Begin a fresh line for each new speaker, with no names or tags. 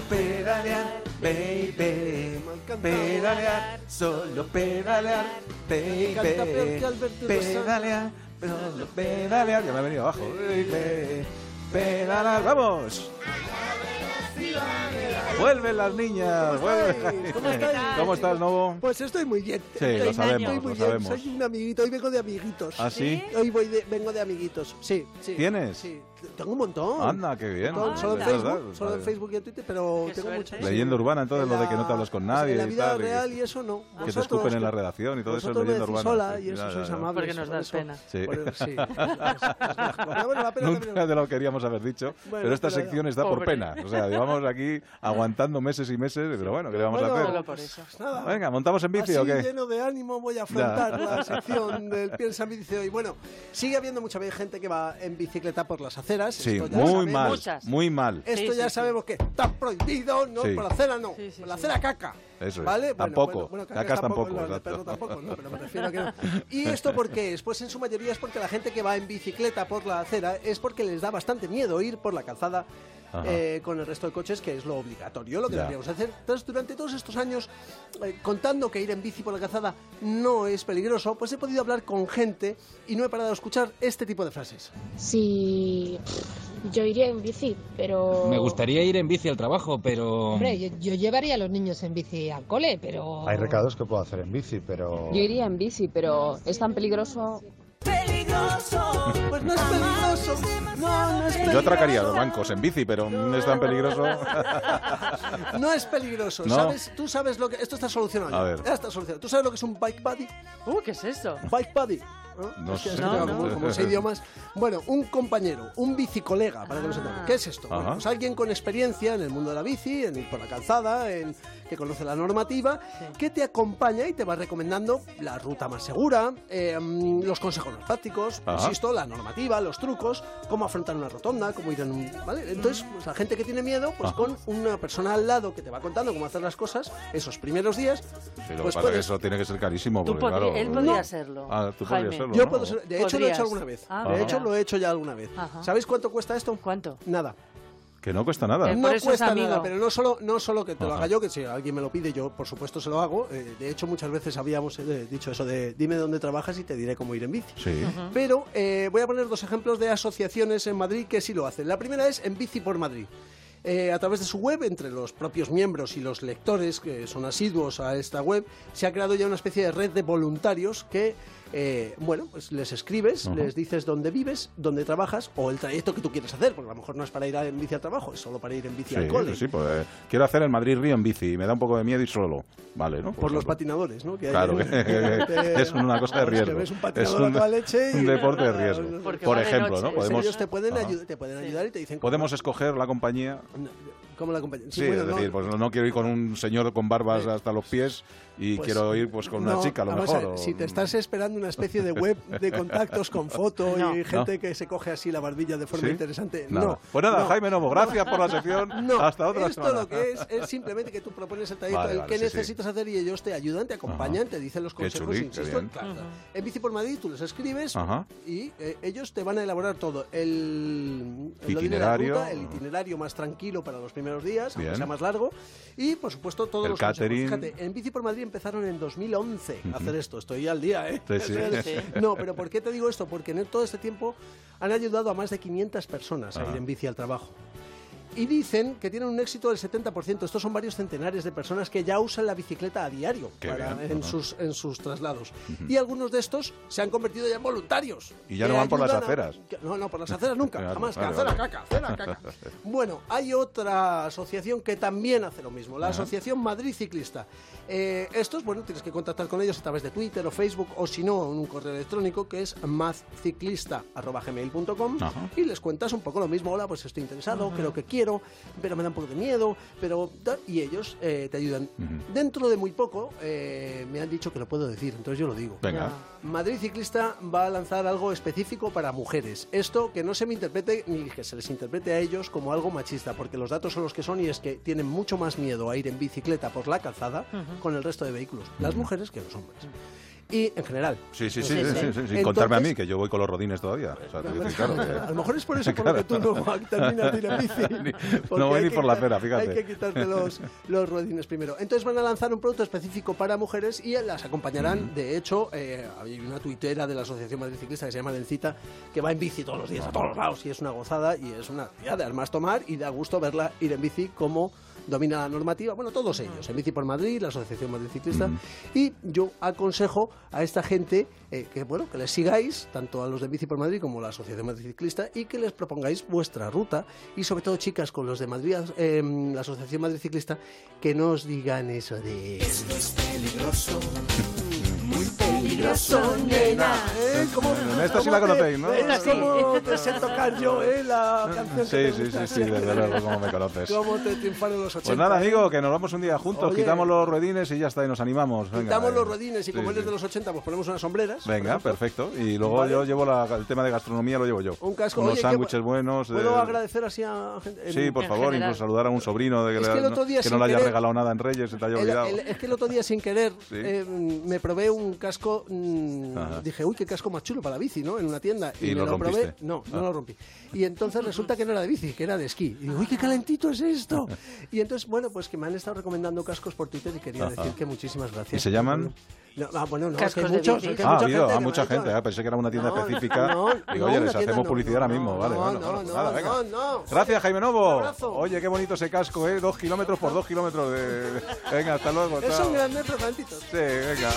pedalear, baby. Pedalear, solo pedalear, baby.
Canta peor que Alberto
Pedalear, solo pedalear. Ya me ha venido abajo. Baby. Pedalar, vamos. Vuelven las niñas, vuelven.
¿Cómo estáis?
¿Cómo estás, Novo?
Pues estoy muy bien.
Sí,
Estoy
lo sabemos,
muy
lo
bien.
sabemos.
Soy un amiguito. Hoy vengo de amiguitos.
¿Así?
Hoy voy de- vengo de amiguitos. Sí, sí.
¿Tienes?
Sí. Tengo un montón.
Anda, qué bien. Ah,
Montón. Solo en
de
Facebook,
verdad,
solo en
madre.
Facebook y en Twitter, pero
Qué
tengo
suerte.
muchos.
Leyenda urbana, entonces, lo de que no te hablas con nadie
pues En la
y
vida
tal, y que-
real y eso no.
que te escupen en la redacción y todo eso es
vosotros me
leyenda
decís
urbana.
Hola,
Sí,
y eso
ya,
sois
ya, ya.
amables.
Porque nos
por
das
eso.
pena.
Sí.
Por eso, sí. Bueno, vale la pena
Nunca
Ah, pero-
te lo queríamos haber dicho,
Bueno,
pero esta
pero ya.
sección está por
Pobre.
pena. O sea, llevamos aquí aguantando meses y meses, pero bueno, ¿qué le vamos
Bueno, Ah,
a
Solo
hacer?
por eso.
Nada.
Venga, ¿montamos en bici
Así
o qué?
lleno de ánimo voy a afrontar
Ya.
la sección del Piensa en Bici de hoy. Bueno, sigue habiendo mucha gente que va en bicicleta por las aceras.
Sí,
esto ya
muy
sabemos.
mal,
Muchas.
muy mal.
Esto
Sí,
ya
sí, sí.
sabemos que está prohibido, no
Sí.
por la acera no,
Sí, sí,
por la
sí.
acera caca.
Eso es,
¿Vale? Bueno,
tampoco,
bueno, bueno,
cacas tampoco,
no, de
exacto.
perro tampoco, no, pero me refiero a que no. ¿Y esto por qué es? Pues en su mayoría es porque la gente que va en bicicleta por la acera es porque les da bastante miedo ir por la calzada
Ajá.
eh, con el resto de coches, que es lo obligatorio, lo que
Ya.
deberíamos hacer. Entonces, durante todos estos años, eh, contando que ir en bici por la calzada no es peligroso, pues he podido hablar con gente y no he parado de escuchar este tipo de frases.
Si yo iría en bici, pero...
Me gustaría ir en bici al trabajo, pero...
Hombre, yo, yo llevaría a los niños en bici al cole, pero...
Hay recados que puedo hacer en bici, pero...
iría en bici, pero es tan peligroso.
Pues no es peligroso. No, no es peligroso.
Yo atracaría los bancos en bici, pero mm, es tan peligroso.
No es peligroso.
No.
¿Sabes? Tú sabes lo que. Esto está solucionado.
A
ya.
ver.
Ya está solucionado. ¿Tú sabes lo que es un bike buddy?
Uh, ¿qué es eso?
Bike buddy.
No
Es que- es
sé.
que tengo
No,
como,
no.
como seis idiomas. Bueno, un compañero, un bicicolega, para que nos entendamos. ¿Qué es esto? Bueno,
Ah. Ajá.
pues alguien con experiencia en el mundo de la bici, en ir por la calzada, en, que conoce la normativa, que te acompaña y te va recomendando la ruta más segura, eh, mm, los consejos más prácticos,
Ajá.
insisto, la normativa, los trucos, cómo afrontar una rotonda, cómo ir en un... ¿vale? Entonces, pues, la gente que tiene miedo, pues
Ajá.
con una persona al lado que te va contando cómo hacer las cosas esos primeros días,
Sí, lo que
pues
pasa es que
puedes
eso tiene que ser carísimo,
Tú
porque
podri-
claro...
él
eh,
podría serlo.
Ah, tú podrías
Jaime.
serlo.
Yo
¿no?
puedo ser- de hecho lo he
Podrías.
hecho alguna vez.
Ah,
de
mira.
hecho lo he hecho ya alguna vez.
Ajá.
¿Sabéis cuánto cuesta esto?
¿Cuánto?
Nada.
Que no cuesta nada.
Eh,
No
por eso es
cuesta
amigo.
nada, pero no solo, no solo que te lo
Ajá.
haga yo, que si alguien me lo pide, yo por supuesto se lo hago. Eh, de hecho, muchas veces habíamos eh, dicho eso de dime dónde trabajas y te diré cómo ir en bici.
Sí.
Pero eh, voy a poner dos ejemplos de asociaciones en Madrid que sí lo hacen. La primera es En Bici por Madrid. Eh, a través de su web, entre los propios miembros y los lectores que son asiduos a esta web, se ha creado ya una especie de red de voluntarios que, eh, bueno, pues les escribes, les dices dónde vives, dónde trabajas o el trayecto que tú quieres hacer, porque a lo mejor no es para ir en bici al trabajo, es solo para ir en bici
Sí,
al cole.
sí, pues, eh, quiero hacer el Madrid-Río en bici y me da un poco de miedo ir solo. Vale, ¿no?
Por los
ejemplo.
patinadores, ¿no? Que hay
Claro,
en-
que es una cosa de
Es que
riesgo.
ves un patinador
un,
a toda leche y-
un deporte de riesgo.
Porque
Por
va de
ejemplo,
noche.
¿no?
Sí,
Podemos,
Pues Ellos te pueden,
Ajá.
ayu- te pueden ayudar y te dicen...
podemos escoger la compañía.
¿Cómo la compañía?
Sí, es decir, pues no quiero ir con un señor con barbas hasta los pies y
Pues,
quiero ir pues con una
no,
chica a lo
vamos
mejor.
ver,
o-
Si te estás esperando una especie de web de contactos con foto
No.
y gente que se coge así la barbilla de forma
¿Sí?
interesante,
Nada.
no.
Pues nada,
no,
Jaime Novo, gracias por la sección.
No,
Hasta otra
esto
semana.
lo que es es simplemente que tú propones el trayecto,
Vale,
el
vale, sí,
que
sí.
necesitas hacer y ellos te ayudan, te acompañan,
Ajá.
te dicen los
Qué
consejos,
chuli, qué
insisto.
bien.
claro. En Bici por Madrid tú los escribes
Ajá.
y eh, ellos te van a elaborar todo. El, lo de la
Itinerario.
ruta, el itinerario más tranquilo para los primeros días, aunque
Bien.
sea más largo. Y, por supuesto, todos
El
los consejos.
catering.
Fíjate, en Bici por Madrid empezaron en 2011 a hacer esto. Estoy al día, ¿eh?
Sí, sí.
No, pero ¿por qué te digo esto? Porque en todo este tiempo han ayudado a más de 500 personas a
Ah.
ir en bici al trabajo. Y dicen que tienen un éxito del 70%. Estos son varios centenares de personas que ya usan la bicicleta a diario
Qué
para-
bien,
en,
ajá.
sus, en sus traslados. Y algunos de estos se han convertido ya en voluntarios.
Y ya
que
no van por las
ayudan a-
aceras.
que- No, no, por las aceras nunca.
Claro,
jamás. que
vale,
acera
vale.
caca, acera caca. bueno, hay otra asociación que también hace lo mismo. La Asociación Madrid Ciclista. Eh, estos, bueno, tienes que contactar con ellos a través de Twitter o Facebook o si no, en un correo electrónico que es mazciclista.gmail.com
Ajá.
y les cuentas un poco lo mismo. Hola, pues estoy interesado, creo que quiero, pero me da un poco de miedo, pero... da- Y ellos eh, te ayudan. Dentro de muy poco eh, me han dicho que lo puedo decir, entonces yo lo digo.
Venga.
Madrid Ciclista va a lanzar algo específico para mujeres. Esto que no se me interprete ni que se les interprete a ellos como algo machista, porque los datos son los que son y es que tienen mucho más miedo a ir en bicicleta por la calzada con el resto de vehículos, las mujeres que los hombres. y en general.
Sí, sí, sí, sí,
Sí,
sí,
sí.
sí, sin contarme a mí,
Pues Entonces-
que yo voy con los rodines todavía. O sea, te voy a decir, claro,
A
que-
lo mejor es por eso por
Claro.
lo que tú no terminas de ir en
Ni-
bici. porque
no voy
hay
ni
que
por la
quitar-
acera, fíjate.
Hay que quitarte los, los rodines primero. Entonces van a lanzar un producto específico para mujeres y las acompañarán.
Mm.
De hecho, eh, hay una tuitera de la Asociación Madrid Ciclista que se llama Lencita, que va en bici todos los días a todos lados y es una gozada y es una actividad de armas tomar y da gusto verla ir en bici como domina la normativa, bueno, todos ellos, en Bici por Madrid, la Asociación Madrid Ciclista, y yo aconsejo a esta gente eh, que, bueno, que les sigáis, tanto a los de Bici por Madrid como a la Asociación Madrid Ciclista, y que les propongáis vuestra ruta, y sobre todo, chicas, con los de Madrid, eh, la Asociación Madrid Ciclista, que no os digan eso de... Esto es peligroso, muy peligroso, nena. ¿Eh? ¿Cómo-
Bueno, esta sí
cómo
la
te-
conocéis, ¿no?
eh,
Esta sí.
¿Cómo te sé tocar yo, eh, la canción que
Sí,
te
sí,
gusta?
sí, sí, desde luego, como me conoces.
¿Cómo te triunfaron los 80?
Pues nada, amigo, que nos vamos un día juntos,
Oye.
quitamos los rodines y ya está, y nos animamos. Venga,
Quitamos
vale.
los rodines y como
Sí,
él es
sí.
de los 80, pues ponemos unas sombreras.
Venga,
por ejemplo.
perfecto. Y luego
Vale.
yo llevo la- el tema de gastronomía, lo llevo yo.
Un casco.
Unos
Oye, qué
sándwiches
bu-
buenos. de-
¿Puedo agradecer así a gente? en-
Sí, por
en
favor,
general.
incluso saludar a un sobrino de que,
Es
le-
que el otro día,
que no
sin
le haya
querer-
regalado nada en Reyes, se te haya
el-
olvidado.
el- es que el otro día sin querer
Sí.
eh, me probé un casco, mm,
Ajá.
dije, uy, qué casco más chulo para la bici, ¿no? En una tienda.
¿Y
me
lo
probé.
rompiste?
No,
Ah.
no lo rompí. Y entonces resulta que no era de bici, que era de esquí. Y digo, uy, qué calentito es esto. Y entonces, bueno, pues que me han estado recomendando cascos por Twitter y quería
Ajá.
decir que muchísimas gracias.
¿Y se llaman?
No, ah, bueno, no, es que hay
Cascos de
muchos,
bici.
es que hay
Ah, ha
mucha
habido,
gente
ah,
que me
mucha
ha dicho-
gente. ah, pensé que era una tienda
No,
específica.
no,
Digo,
no,
oye,
una
les
tienda
hacemos
no,
publicidad ahora
no,
mismo. vale,
no,
bueno,
no,
bueno,
no,
nada, venga.
no, no.
Gracias, Jaime Novo.
Un abrazo.
Oye, qué bonito ese casco, ¿eh? Dos kilómetros por dos kilómetros. De... Venga, hasta luego.
Es
chao.
un grande, pero calentitos.
Sí, venga.